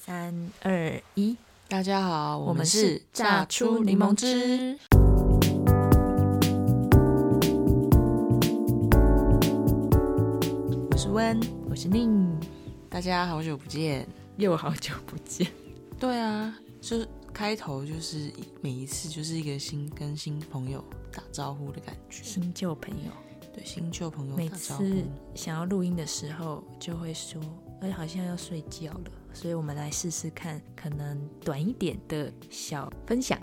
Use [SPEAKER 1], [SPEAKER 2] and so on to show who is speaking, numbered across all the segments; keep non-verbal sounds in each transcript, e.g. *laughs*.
[SPEAKER 1] 三二一，
[SPEAKER 2] 大家好，
[SPEAKER 1] 我们是榨出柠檬汁。我是温，我是宁，
[SPEAKER 2] 大家好久不见。
[SPEAKER 1] 又好久不见。
[SPEAKER 2] 对啊，就是开头就是每一次就是一个新跟新朋友打招呼的感觉，
[SPEAKER 1] 新旧朋友，
[SPEAKER 2] 对新旧朋友
[SPEAKER 1] 每
[SPEAKER 2] 打招
[SPEAKER 1] 次
[SPEAKER 2] 呼。
[SPEAKER 1] 想要录音的时候就会说，哎，好像要睡觉了，所以我们来试试看，可能短一点的小分享。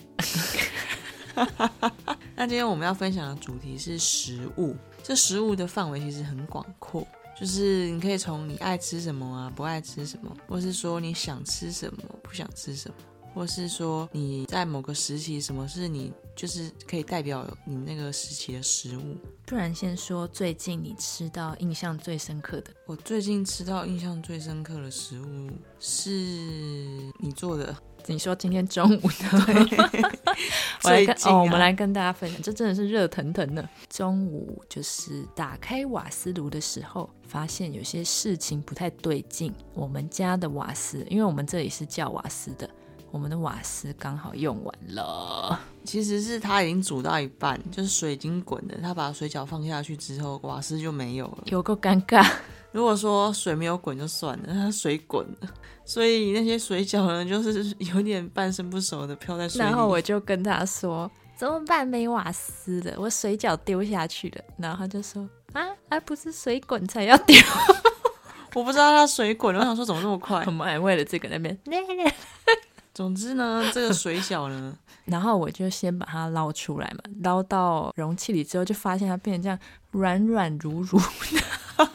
[SPEAKER 2] 那今天我们要分享的主题是食物，这食物的范围其实很广阔。就是你可以从你爱吃什么啊，不爱吃什么，或是说你想吃什么，不想吃什么，或是说你在某个时期什么是你就是可以代表你那个时期的食物。
[SPEAKER 1] 不然先说最近你吃到印象最深刻的，
[SPEAKER 2] 我最近吃到印象最深刻的食物是你做的，
[SPEAKER 1] 你说今天中午 *laughs* 的， *laughs* 我来跟、
[SPEAKER 2] 最近啊
[SPEAKER 1] 哦，我们来跟大家分享，这真的是热腾腾的。中午就是打开瓦斯炉的时候，发现有些事情不太对劲。我们家的瓦斯，因为我们这里是叫瓦斯的，我们的瓦斯刚好用完了。 *laughs*
[SPEAKER 2] 其实是它已经煮到一半，就是水已经滚了，他把水饺放下去之后，瓦斯就没有了。
[SPEAKER 1] 有够尴
[SPEAKER 2] *laughs*
[SPEAKER 1] 尬，
[SPEAKER 2] 如果说水没有滚就算了， *laughs* 它水滚了，所以那些水饺呢，就是有点半生不熟的飘在水里。
[SPEAKER 1] 然后我就跟他说怎么办？没瓦斯了，我水饺丢下去了。然后他就说啊，啊不是水滚才要丢。 *laughs*
[SPEAKER 2] 我不知道它水滚了，我想说怎么那么快 *laughs*
[SPEAKER 1] 我。们还为了这个那边，
[SPEAKER 2] 总之呢，这个水饺呢， *laughs*
[SPEAKER 1] 然后我就先把它捞出来嘛，捞到容器里之后，就发现它变成这样软软如如的，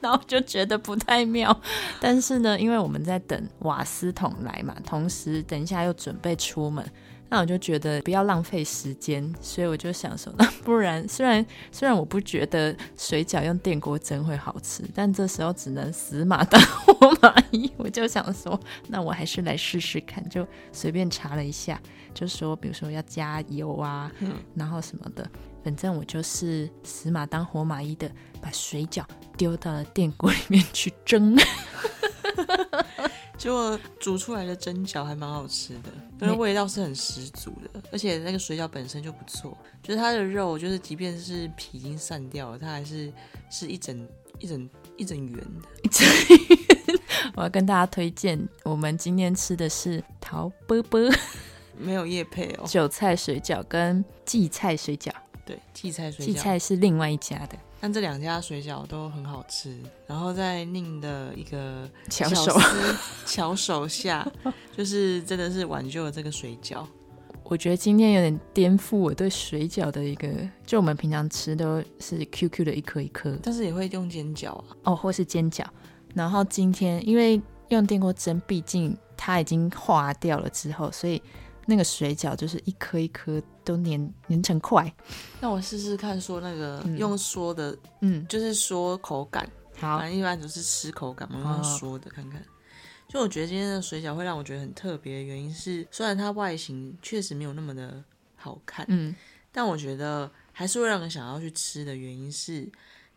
[SPEAKER 1] 然后就觉得不太妙。但是呢，因为我们在等瓦斯桶来嘛，同时等一下又准备出门，那我就觉得不要浪费时间，所以我就想说，那不然虽然虽然我不觉得水饺用电锅蒸会好吃，但这时候只能死马当活马医，我就想说，那我还是来试试看，就随便查了一下。就说比如说要加油啊，
[SPEAKER 2] 嗯
[SPEAKER 1] 然后什么的。反正我就是死马当活马医的，把水饺丢到了电锅里面去蒸。 *laughs*
[SPEAKER 2] 结果煮出来的蒸饺还蛮好吃的，就是
[SPEAKER 1] 没
[SPEAKER 2] 味道是很十足的，而且那个水饺本身就不错，就是它的肉，就是即便是皮已经散掉了，它还是是一整一整一整圆的。
[SPEAKER 1] 我要跟大家推荐，我们今天吃的是桃波波
[SPEAKER 2] 哦没有叶配哦，
[SPEAKER 1] 韭菜水饺跟荠菜水饺，
[SPEAKER 2] 对，荠菜水
[SPEAKER 1] 荠
[SPEAKER 2] 饺，
[SPEAKER 1] 菜是另外一家的
[SPEAKER 2] 但这两家水饺都很好吃。然后在宁的一个
[SPEAKER 1] 巧手
[SPEAKER 2] 巧。思巧
[SPEAKER 1] *laughs*
[SPEAKER 2] 手下，就是真的是挽救了这个水饺。
[SPEAKER 1] 我觉得今天有点颠覆我对水饺的一个，就我们平常吃都是 QQ 的一颗一颗，
[SPEAKER 2] 但是也会用煎饺啊，
[SPEAKER 1] 哦，或是煎饺。然后今天因为用电锅蒸，毕竟它已经化掉了之后，所以那个水饺就是一颗一颗都粘粘成块。
[SPEAKER 2] 那我试试看，说那个、
[SPEAKER 1] 嗯
[SPEAKER 2] 用说的，
[SPEAKER 1] 嗯，
[SPEAKER 2] 就是说口感，
[SPEAKER 1] 好
[SPEAKER 2] 反，正一般只是吃口感嘛，我用说的看看。就我觉得今天的水饺会让我觉得很特别的原因是，虽然它外形确实没有那么的好看，
[SPEAKER 1] 嗯，
[SPEAKER 2] 但我觉得还是会让人想要去吃的原因是，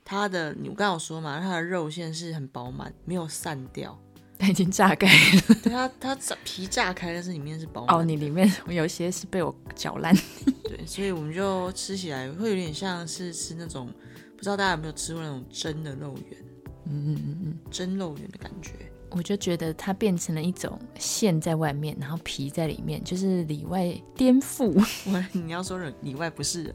[SPEAKER 2] 它的你我刚刚有说嘛，它的肉馅是很饱满，没有散掉。
[SPEAKER 1] 它已经炸开了。
[SPEAKER 2] 对它，它炸皮炸开，但是里面是
[SPEAKER 1] *laughs*
[SPEAKER 2] 饱满。
[SPEAKER 1] 哦，你里面有一些是被我搅烂。 *laughs*
[SPEAKER 2] 对，所以我们就吃起来会有点像是吃那种，不知道大家有没有吃过那种蒸的肉圆，
[SPEAKER 1] 嗯嗯嗯嗯，
[SPEAKER 2] 蒸肉圆的感觉。
[SPEAKER 1] 我就觉得它变成了一种馅在外面，然后皮在里面，就是里外颠覆。 *laughs*
[SPEAKER 2] 我 *laughs* 你要说人里外不是人，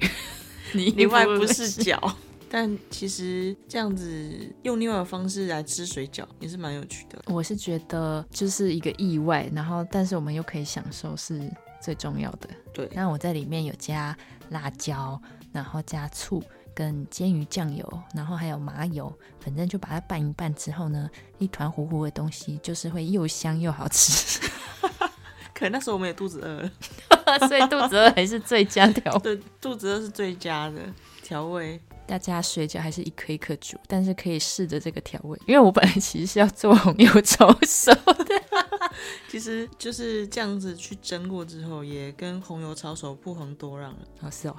[SPEAKER 1] 你
[SPEAKER 2] 里外不是脚。但其实这样子用另外的方式来吃水饺也是蛮有趣的。
[SPEAKER 1] *laughs* 我是觉得就是一个意外，然后但是我们又可以享受是最重要的。
[SPEAKER 2] 对
[SPEAKER 1] 那我在里面有加辣椒，然后加醋跟煎鱼酱油，然后还有麻油，反正就把它拌一拌之后呢，一团糊糊的东西就是会又香又好吃， *laughs*
[SPEAKER 2] 可能那时候我们也肚子饿了，
[SPEAKER 1] 所以肚子饿还是最佳调味。
[SPEAKER 2] 对，肚子饿是最佳的调味。
[SPEAKER 1] 大家水饺还是一颗一颗煮，但是可 *laughs* 以试着这个调味，因为我本来其实是要做红油抄手，
[SPEAKER 2] 其实就是这样子去蒸过之后，也跟红油抄手不遑多让了。
[SPEAKER 1] 好是哦，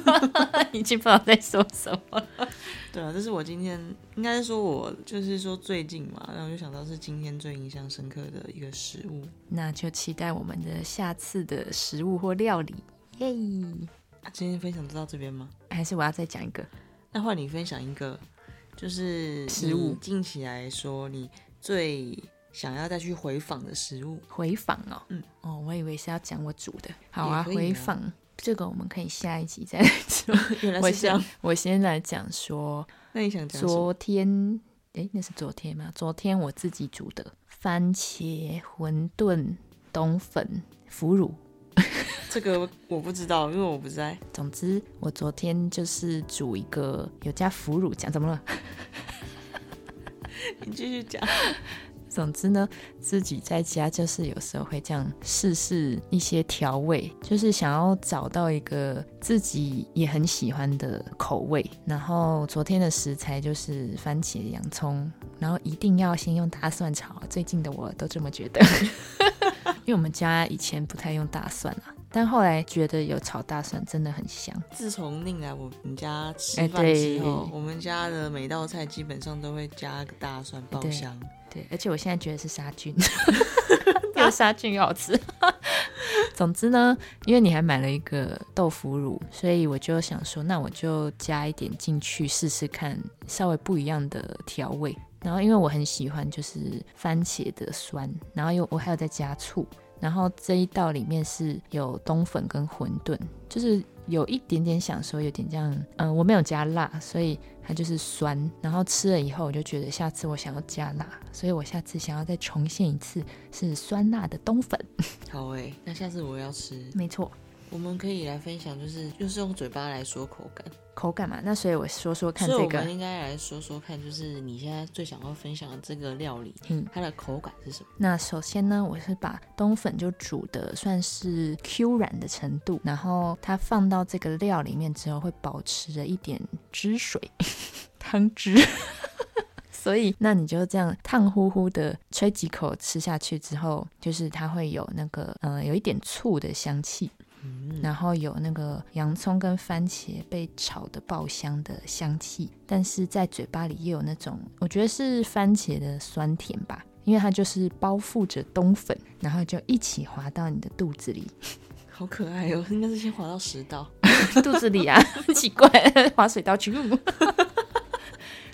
[SPEAKER 1] *laughs* 已经不知道在说什么了。
[SPEAKER 2] 对啊，这是我今天应该是说我就是说最近嘛，然后就想到是今天最印象深刻的一个食物。
[SPEAKER 1] 那就期待我们的下次的食物或料理。耶！
[SPEAKER 2] 啊今天分享就到这边吗？
[SPEAKER 1] 还是我要再讲一个
[SPEAKER 2] 那换你分享一个，就是
[SPEAKER 1] 食物
[SPEAKER 2] 你近期来说你最想要再去回访的食物。 *laughs*
[SPEAKER 1] 回访哦。
[SPEAKER 2] 嗯，
[SPEAKER 1] 哦，我以为是要讲我煮的。好啊，
[SPEAKER 2] 也可以
[SPEAKER 1] 回
[SPEAKER 2] 啊
[SPEAKER 1] 访这个我们可以下一集再来
[SPEAKER 2] *laughs*
[SPEAKER 1] 说。
[SPEAKER 2] 原来
[SPEAKER 1] 我
[SPEAKER 2] 是这样
[SPEAKER 1] 先，我先来讲说，
[SPEAKER 2] 那你想讲什么？
[SPEAKER 1] 昨天，诶，那是昨天吗？昨天我自己煮的番茄馄饨、冬粉、腐乳。
[SPEAKER 2] 这个我不知道，因为我不在。
[SPEAKER 1] 总之，我昨天就是煮一个有加腐乳酱，怎么了？
[SPEAKER 2] 你继续讲。
[SPEAKER 1] 总之呢，自己在家就是有时候会这样试试一些调味，就是想要找到一个自己也很喜欢的口味。然后昨天的食材就是番茄、洋葱，然后一定要先用大蒜炒。最近的我都这么觉得， *laughs* 因为我们家以前不太用大蒜啊，但后来觉得有炒大蒜真的很香。
[SPEAKER 2] 自从令来我们家吃
[SPEAKER 1] 哎
[SPEAKER 2] 饭
[SPEAKER 1] 对
[SPEAKER 2] 之后，我们家的每道菜基本上都会加个大蒜爆
[SPEAKER 1] 对
[SPEAKER 2] 香。
[SPEAKER 1] 对，而且我现在觉得是杀 *laughs* 菌，又杀菌又好吃。总之呢，因为你还买了一个豆腐乳，所以我就想说，那我就加一点进去试试看，稍微不一样的调味。然后因为我很喜欢就是番茄的酸，然后又我还有再加醋。然后这一道里面是有冬粉跟馄饨，就是有一点点想说有点这样，嗯、我没有加辣，所以它就是酸。然后吃了以后，我就觉得下次我想要加辣，所以我下次想要再重现一次是酸辣的冬粉。
[SPEAKER 2] 好诶、那下次我要吃，
[SPEAKER 1] 没错，
[SPEAKER 2] 我们可以来分享，就是就是用嘴巴来说口感。
[SPEAKER 1] 口感嘛。那所以我说说看
[SPEAKER 2] 所以
[SPEAKER 1] 这
[SPEAKER 2] 我们
[SPEAKER 1] 个，
[SPEAKER 2] 应该来说说看，就是你现在最想要分享的这个料理，
[SPEAKER 1] 嗯，
[SPEAKER 2] 它的口感是什么？
[SPEAKER 1] 那首先呢，我是把冬粉就煮的算是 Q 软的程度，然后它放到这个料里面之后，会保持着一点汁水， *laughs* 汤汁。 *laughs* 所以，那你就这样烫乎乎的吹几口吃下去之后，就是它会有那个呃有一点醋的香气，
[SPEAKER 2] 嗯，
[SPEAKER 1] 然后有那个洋葱跟番茄被炒的爆香的香气，但是在嘴巴里又有那种，我觉得是番茄的酸甜吧，因为它就是包覆着冬粉，然后就一起滑到你的肚子里，
[SPEAKER 2] 好可爱哦，应该是先滑到十道。
[SPEAKER 1] 肚子 *laughs* 里啊，很奇怪，滑水道去。 *laughs*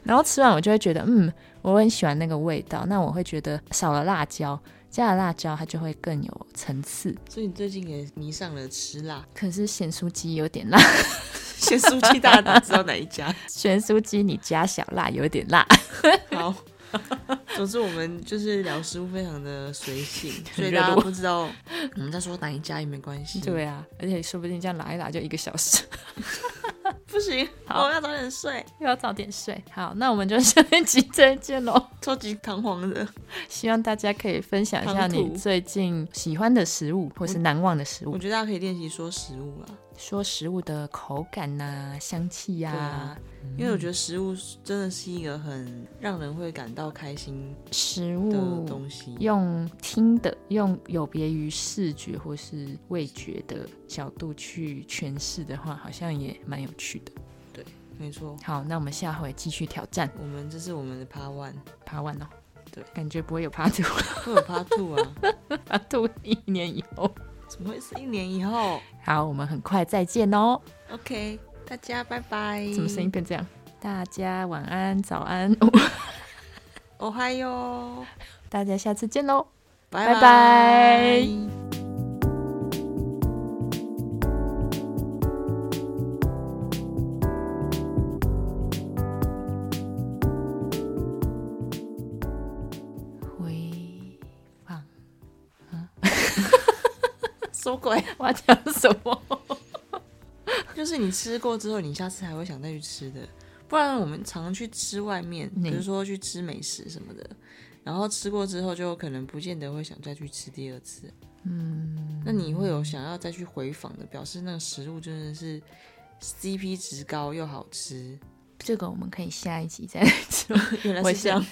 [SPEAKER 1] 然后吃完我就会觉得，嗯，我很喜欢那个味道，那我会觉得少了辣椒，加了辣椒它就会更有层次。
[SPEAKER 2] 所以你最近也迷上了吃辣， *laughs*
[SPEAKER 1] 可是咸酥鸡有点辣， *laughs*
[SPEAKER 2] 咸酥鸡大家哪知道哪一家？
[SPEAKER 1] 咸酥鸡你加小辣有点辣。
[SPEAKER 2] 好， *laughs* 总之我们就是聊食物非常的
[SPEAKER 1] *laughs*
[SPEAKER 2] 随性，所以
[SPEAKER 1] 热
[SPEAKER 2] 大家
[SPEAKER 1] 络
[SPEAKER 2] 不知道我们在说哪一家也没关系。，
[SPEAKER 1] 对啊，而且说不定这样拉一拉就一个小时， *laughs*
[SPEAKER 2] 不行，
[SPEAKER 1] 好
[SPEAKER 2] 我要早点睡，
[SPEAKER 1] 又要早点睡。好，那我们就下一集再见喽！
[SPEAKER 2] 超级弹簧的。
[SPEAKER 1] *laughs* 希望大家可以分享一下
[SPEAKER 2] 唐突
[SPEAKER 1] 你最近喜欢的食物，或是难忘的食
[SPEAKER 2] 我
[SPEAKER 1] 物，
[SPEAKER 2] 觉得大家可以练习说食物啦，
[SPEAKER 1] 说食物的口感呐、香气呀、嗯
[SPEAKER 2] 对啊因为我觉得食物真的是一个很让人会感到开心
[SPEAKER 1] 食
[SPEAKER 2] 的
[SPEAKER 1] 物。
[SPEAKER 2] 东西。
[SPEAKER 1] 用听的，用有别于视觉或是味觉的角度去诠释的话，好像也蛮有趣的。
[SPEAKER 2] 没错，
[SPEAKER 1] 好，那我们下回继续挑战
[SPEAKER 2] 我们这是我们的 Part One，
[SPEAKER 1] 爬完哦。
[SPEAKER 2] 对，
[SPEAKER 1] 感觉不会有爬图，
[SPEAKER 2] 会有 Part Two
[SPEAKER 1] *laughs*
[SPEAKER 2] 啊？
[SPEAKER 1] 爬图一年以后。
[SPEAKER 2] 怎么会是一年以后
[SPEAKER 1] 好，我们很快再见哦。
[SPEAKER 2] ？OK，大家拜拜。
[SPEAKER 1] 怎么声音？变这样？嗯大家晚安、早 *laughs* 安，
[SPEAKER 2] 哦嗨哟，
[SPEAKER 1] 大家下次见喽。拜
[SPEAKER 2] 拜
[SPEAKER 1] 拜回放，
[SPEAKER 2] 什么鬼？啊 *laughs*
[SPEAKER 1] 我要讲什么？
[SPEAKER 2] 就是你吃过之后，你下次还会想再去吃的。不然我们常常去吃外面，
[SPEAKER 1] 嗯
[SPEAKER 2] 比如说去吃美食什么的，然后吃过之后就可能不见得会想再去吃第二次。嗯，那你会有想要再去回访的，表示那个食物真的是 CP 值高又好吃。 *laughs*
[SPEAKER 1] 这个我们可以下一集再来说。
[SPEAKER 2] 原来
[SPEAKER 1] 我
[SPEAKER 2] 是这样
[SPEAKER 1] 想，